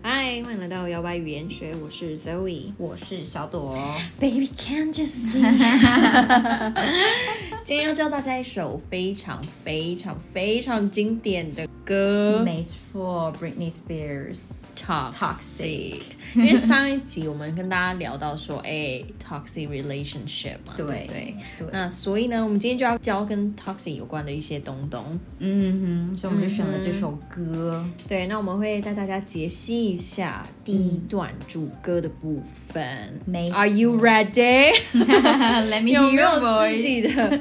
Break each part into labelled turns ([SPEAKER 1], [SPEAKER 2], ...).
[SPEAKER 1] 嗨，欢迎来到摇摆语言学，我是 Zoe。
[SPEAKER 2] 我是小朵，
[SPEAKER 1] Baby can just see。今天要教大家一首非常非常非常经典的歌，
[SPEAKER 2] 没错，Britney Spears。
[SPEAKER 1] toxic，因为上一集我们跟大家聊到说，哎、t o x i c relationship 嘛，对
[SPEAKER 2] 对
[SPEAKER 1] 不对？
[SPEAKER 2] 对
[SPEAKER 1] 那所以呢，我们今天就要教跟 toxic 有关的一些东东。
[SPEAKER 2] 嗯哼，所以我们就选了这首歌。
[SPEAKER 1] 对，那我们会带大家解析一下第一段主歌的部分。
[SPEAKER 2] 嗯没
[SPEAKER 1] Are you ready？
[SPEAKER 2] 嗯 Let me
[SPEAKER 1] 有没有
[SPEAKER 2] hear your
[SPEAKER 1] 自
[SPEAKER 2] voice。
[SPEAKER 1] 己的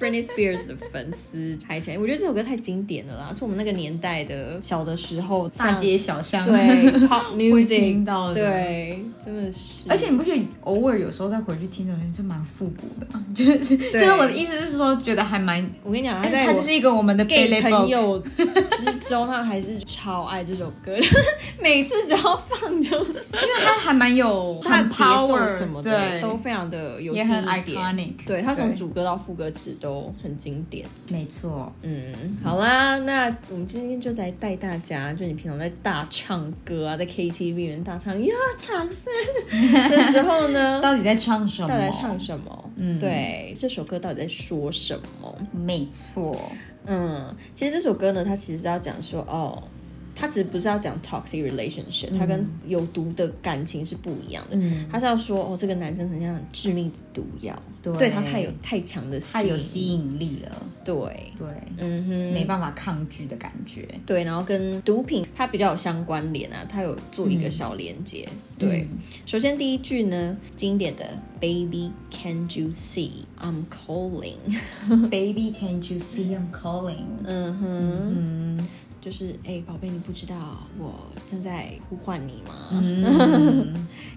[SPEAKER 1] Britney Spears 的粉丝拍起来？我觉得这首歌太经典了啦，是我们那个年代的小的时候
[SPEAKER 2] 大
[SPEAKER 1] 放
[SPEAKER 2] 街小巷，
[SPEAKER 1] 对 pop
[SPEAKER 2] 会
[SPEAKER 1] music
[SPEAKER 2] 听到的
[SPEAKER 1] 对，真的是，
[SPEAKER 2] 而且你不觉得偶尔有时候再回去听这种东西就蛮复古的吗？ 就是就是我的意思是说，觉得还蛮，
[SPEAKER 1] 我跟你讲，他在
[SPEAKER 2] 它
[SPEAKER 1] 我
[SPEAKER 2] 哎就是一个我们的 b
[SPEAKER 1] gay
[SPEAKER 2] a
[SPEAKER 1] 朋
[SPEAKER 2] y
[SPEAKER 1] 友之中，他还是超爱这首歌， 每次只要放就
[SPEAKER 2] 因为它还蛮有
[SPEAKER 1] 他
[SPEAKER 2] 很
[SPEAKER 1] 节奏
[SPEAKER 2] power
[SPEAKER 1] 什么的
[SPEAKER 2] 对，
[SPEAKER 1] 都非常的有
[SPEAKER 2] 也
[SPEAKER 1] 经
[SPEAKER 2] 很
[SPEAKER 1] 典。
[SPEAKER 2] iconic。
[SPEAKER 1] 对他从
[SPEAKER 2] 对
[SPEAKER 1] 主歌到副歌词都很经典。
[SPEAKER 2] 没错，
[SPEAKER 1] 嗯，好啦，那我们今天就来带大家，就你平常在大唱歌啊，在 KTV 里面大唱呀，唱 声的时候呢，
[SPEAKER 2] 到底在唱什么？
[SPEAKER 1] 到底在唱什么？
[SPEAKER 2] 嗯
[SPEAKER 1] 对，这首歌到底在说什么？
[SPEAKER 2] 没错，
[SPEAKER 1] 嗯，其实这首歌呢，它其实是要讲说，哦，它其实不是要讲 toxic relationship，它跟有毒的感情是不一样的。
[SPEAKER 2] 嗯，
[SPEAKER 1] 它是要说，哦，这个男生很像很致命的毒药，
[SPEAKER 2] 对
[SPEAKER 1] 对他太有太强的吸
[SPEAKER 2] 太有
[SPEAKER 1] 引
[SPEAKER 2] 吸引力了，
[SPEAKER 1] 对，
[SPEAKER 2] 对，
[SPEAKER 1] 嗯哼，
[SPEAKER 2] 没办法抗拒的感觉。
[SPEAKER 1] 对，然后跟毒品它比较有相关联啊，它有做一个小连接。
[SPEAKER 2] 嗯
[SPEAKER 1] 对，首先第一句呢，经典的 Baby Can You See I'm Calling，
[SPEAKER 2] Baby, can you see I'm calling？
[SPEAKER 1] 嗯哼，
[SPEAKER 2] 嗯
[SPEAKER 1] 就是哎，宝贝，你不知道我正在呼唤你吗、
[SPEAKER 2] 嗯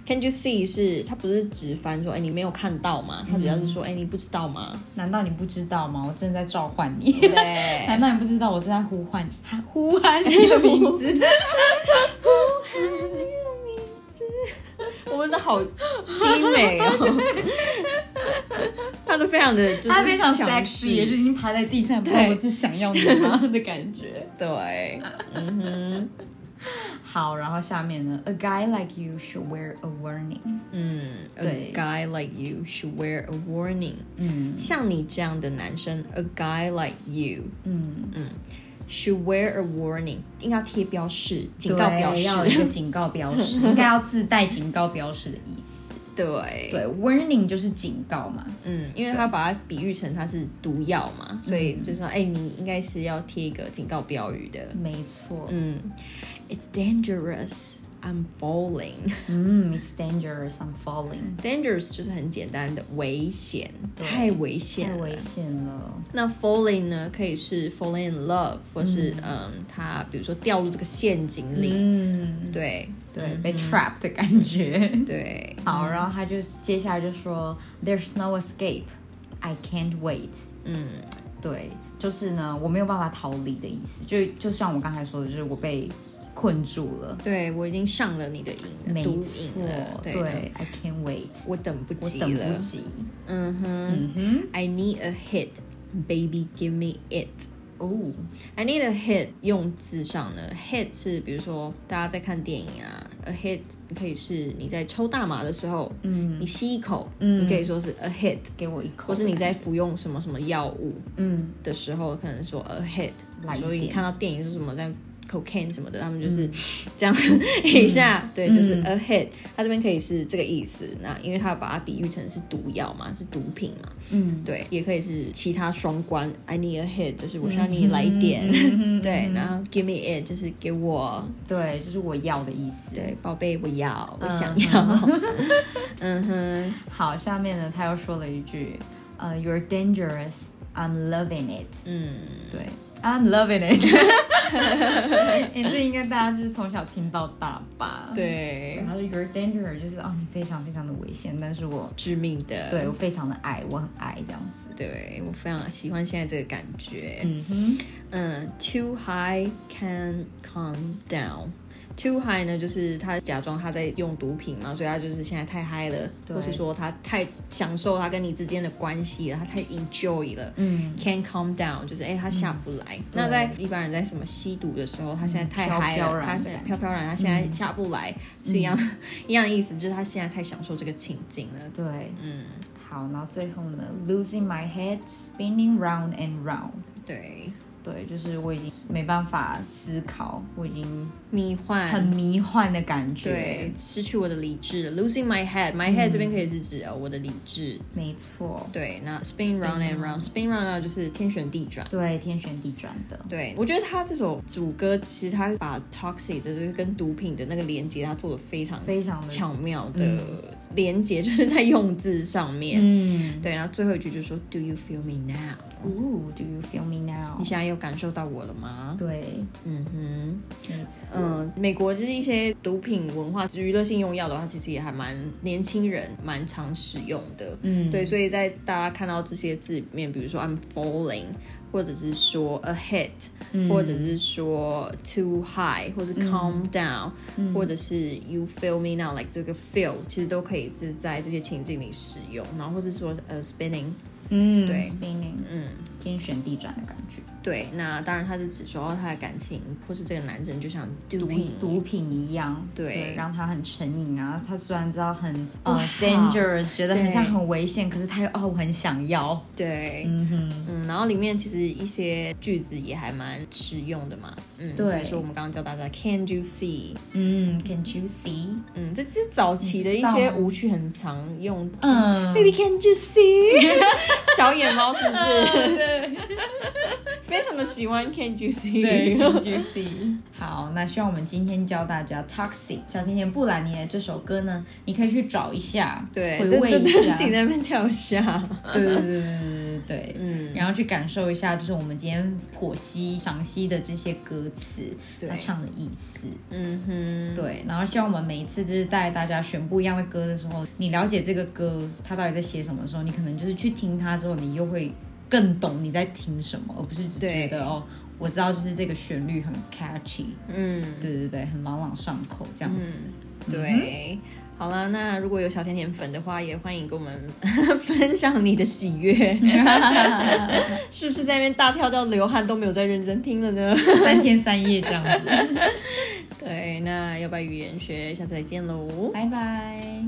[SPEAKER 1] c a n You See 是它不是直翻说哎你没有看到吗？它比较是说哎你不知道吗？
[SPEAKER 2] 难道你不知道吗？我正在召唤你。
[SPEAKER 1] 对，
[SPEAKER 2] 难道你不知道我正在呼唤哈呼唤你的名字？
[SPEAKER 1] 我们的好凄美哦， 它都非常的就是
[SPEAKER 2] 他非常
[SPEAKER 1] 强
[SPEAKER 2] sexy，
[SPEAKER 1] 势
[SPEAKER 2] 也是已经趴在地上，
[SPEAKER 1] 对
[SPEAKER 2] 对，我就想要你吗的感觉。
[SPEAKER 1] 对。
[SPEAKER 2] 好，然后下面呢？A guy like you should wear a warning。
[SPEAKER 1] 嗯，a
[SPEAKER 2] 对
[SPEAKER 1] guy like you should wear a warning。
[SPEAKER 2] 嗯
[SPEAKER 1] 像你这样的男生，a guy like you
[SPEAKER 2] 嗯，
[SPEAKER 1] should wear a warning，应该要贴标示、警
[SPEAKER 2] 对
[SPEAKER 1] 告标
[SPEAKER 2] 要有一
[SPEAKER 1] 示。
[SPEAKER 2] 个警告标识，应该要自带警告标识的意 思。
[SPEAKER 1] 对，
[SPEAKER 2] 对，warning 就是警告嘛。
[SPEAKER 1] 嗯，因为他把它比喻成它是毒药嘛，所以就说，哎、你应该是要贴一个警告标语的。
[SPEAKER 2] 没错。
[SPEAKER 1] 嗯，It's dangerous. I'm falling.
[SPEAKER 2] 嗯，It's dangerous, I'm falling。
[SPEAKER 1] Dangerous 就是很简单的危险，太危险
[SPEAKER 2] 太
[SPEAKER 1] 了。
[SPEAKER 2] 危险了。
[SPEAKER 1] 那 falling 呢，可以是 falling in love，或是嗯他比如说掉入这个陷阱里，
[SPEAKER 2] 嗯，
[SPEAKER 1] 对
[SPEAKER 2] 对，被 trap 的感觉。
[SPEAKER 1] 对，
[SPEAKER 2] 好，然后他就接下来就说，There's no escape, I can't wait。
[SPEAKER 1] 嗯
[SPEAKER 2] 对，就是呢，我没有办法逃离的意思。就就像我刚才说的，就是我被困住了，
[SPEAKER 1] 对我已经上了你的瘾了，
[SPEAKER 2] 没
[SPEAKER 1] 毒
[SPEAKER 2] 错
[SPEAKER 1] 瘾了，，
[SPEAKER 2] 对
[SPEAKER 1] 对，
[SPEAKER 2] i can't wait，
[SPEAKER 1] 我等不
[SPEAKER 2] 我
[SPEAKER 1] 及
[SPEAKER 2] 等不
[SPEAKER 1] 了，
[SPEAKER 2] 及。
[SPEAKER 1] 嗯哼
[SPEAKER 2] 嗯
[SPEAKER 1] ，I need a hit。Baby, give me it.
[SPEAKER 2] 哼，哦，
[SPEAKER 1] I need a hit. 用字上呢，hit 是比如说大家在看电影啊，a hit 可以是你在抽大麻的时候，嗯，你吸一口，嗯，你可以说是 a hit，
[SPEAKER 2] 给我一口，
[SPEAKER 1] 或是你，在服用什么什么药物，
[SPEAKER 2] 嗯，
[SPEAKER 1] 的时候，可能说 a hit，
[SPEAKER 2] 来一
[SPEAKER 1] 所以你
[SPEAKER 2] 点嗯
[SPEAKER 1] 看到电影是什么在 cocaine 什么的，他们就是这样 一下，对，就是 a hit，它这边可以是这个意思。那因为它把它比喻成是毒药嘛，是毒品嘛，
[SPEAKER 2] 嗯，
[SPEAKER 1] 对，也可以是其他双关，I need a hit，就是我需要你来一点，
[SPEAKER 2] 嗯
[SPEAKER 1] 对，然后 give me it 就是给我，
[SPEAKER 2] 对，就是我要的意思。
[SPEAKER 1] 对，宝贝，我要，我想要， 嗯哼，
[SPEAKER 2] 好，下面呢，他又说了一句，呃、y o u r e dangerous, I'm loving it。
[SPEAKER 1] 嗯，
[SPEAKER 2] 对，I'm loving it 欸。这应该大家就是从小听到大吧？。
[SPEAKER 1] 对
[SPEAKER 2] 然，后 You're danger 就是啊，你非常非常的危险，但是我
[SPEAKER 1] 致命的，
[SPEAKER 2] 对我非常的爱，我很爱这样子。
[SPEAKER 1] 对我非常喜欢现在这个感觉，
[SPEAKER 2] 嗯哼，
[SPEAKER 1] 嗯，too high can come down， Too high 呢，就是他假装他在用毒品嘛，所以他就是现在太嗨了，
[SPEAKER 2] 对
[SPEAKER 1] 或是说他太享受他跟你之间的关系了，他太 enjoy 了。
[SPEAKER 2] 嗯，
[SPEAKER 1] Can't calm down，就是哎、他下不来。
[SPEAKER 2] 对
[SPEAKER 1] 那在一般人在什么吸毒的时候，他现在太
[SPEAKER 2] 飘
[SPEAKER 1] 嗨
[SPEAKER 2] 飘
[SPEAKER 1] 了，
[SPEAKER 2] 然嗯
[SPEAKER 1] 他
[SPEAKER 2] 的
[SPEAKER 1] 是
[SPEAKER 2] 感
[SPEAKER 1] 飘飘然，他现在下不来，是一样的、 一样的意思，就是他现在太享受这个情境了。
[SPEAKER 2] 对，
[SPEAKER 1] 嗯，
[SPEAKER 2] 好，然后最后呢，losing my head, spinning round and round。
[SPEAKER 1] 对，
[SPEAKER 2] 对，就是我已经没办法思考，我已经
[SPEAKER 1] 迷幻
[SPEAKER 2] 很迷幻的感觉。
[SPEAKER 1] 对，，失去我的理智了，losing my head，my head 这边可以是指呃我的理智。
[SPEAKER 2] 没错，
[SPEAKER 1] 对，那 spin round and round，spin round and round 就是天旋地转。
[SPEAKER 2] 对，天旋地转的。
[SPEAKER 1] 对，我觉得他这首主歌其实他把 toxic 的就是跟毒品的那个连接，他做的非常
[SPEAKER 2] 非常的
[SPEAKER 1] 巧妙的连接，就是在用字上面。
[SPEAKER 2] 嗯，
[SPEAKER 1] 对，然后最后一句就说 Do you feel me now？
[SPEAKER 2] 哦，Do you feel me now？
[SPEAKER 1] 你现在有感受到我了吗？
[SPEAKER 2] 对，
[SPEAKER 1] 嗯哼。
[SPEAKER 2] 没错，
[SPEAKER 1] 嗯，美国就是一些毒品文化、娱乐性用药的话，其实也还蛮年轻人蛮常使用的。
[SPEAKER 2] 嗯，
[SPEAKER 1] 对，所以在大家看到这些字里面，比如说 I'm falling，或者是说 a hit，、
[SPEAKER 2] 嗯
[SPEAKER 1] 或者是说 too high，或是 calm down，、或
[SPEAKER 2] 嗯
[SPEAKER 1] 者是 you feel me now like 这个 feel，其实都可以是在这些情境里使用，然后或是说呃 spinning，
[SPEAKER 2] 嗯，
[SPEAKER 1] 对
[SPEAKER 2] ，spinning，
[SPEAKER 1] 嗯。
[SPEAKER 2] 天旋地转的感觉，
[SPEAKER 1] 对，那当然他是指说哦他的感情，或是这个男生就像毒
[SPEAKER 2] 毒
[SPEAKER 1] 品
[SPEAKER 2] 毒品一样，
[SPEAKER 1] 对
[SPEAKER 2] 让他很成瘾啊。他虽然知道很
[SPEAKER 1] 不
[SPEAKER 2] 呃
[SPEAKER 1] 好
[SPEAKER 2] dangerous，觉得很
[SPEAKER 1] 对
[SPEAKER 2] 像很危险，可是他又哦我很想要，
[SPEAKER 1] 对，
[SPEAKER 2] 嗯哼，
[SPEAKER 1] 嗯，然后里面其实一些句子也还蛮实用的嘛，嗯，
[SPEAKER 2] 对
[SPEAKER 1] 比如说我们刚刚教大家 Can you see？
[SPEAKER 2] 嗯，Can you see？
[SPEAKER 1] 嗯，这是早期的一
[SPEAKER 2] 你知
[SPEAKER 1] 些
[SPEAKER 2] 道吗
[SPEAKER 1] 舞曲很常用。
[SPEAKER 2] 嗯
[SPEAKER 1] Baby Can you see？小野猫是不是？
[SPEAKER 2] 嗯对
[SPEAKER 1] 非常的喜欢 Can you see？
[SPEAKER 2] ，Can you see？好，那希望我们今天教大家 Toxic 小甜甜布兰妮的这首歌呢，你可以去找一下，
[SPEAKER 1] 对，
[SPEAKER 2] 回味一下，
[SPEAKER 1] 请那边跳下。
[SPEAKER 2] 对对对对对对，嗯
[SPEAKER 1] 嗯，
[SPEAKER 2] 然后去感受一下，就是我们今天剖析、赏析的这些歌词，
[SPEAKER 1] 对
[SPEAKER 2] 他唱的意思，
[SPEAKER 1] 嗯哼，
[SPEAKER 2] 对。然后希望我们每一次就是带大家选不一样的歌的时候，你了解这个歌它到底在写什么的时候，你可能就是去听它之后，你又会更懂你在听什么，而不是只觉
[SPEAKER 1] 对
[SPEAKER 2] 得哦，我知道就是这个旋律很 catchy，
[SPEAKER 1] 嗯，
[SPEAKER 2] 对对对，很朗朗上口这样子。嗯
[SPEAKER 1] 对。好了，那如果有小甜甜粉的话，也欢迎跟我们 分享你的喜悦，嗯是不是在那边大跳到流汗都没有在认真听了呢？
[SPEAKER 2] 三天三夜这样子，
[SPEAKER 1] 对，那要不要语言学？下次再见喽，
[SPEAKER 2] 拜拜。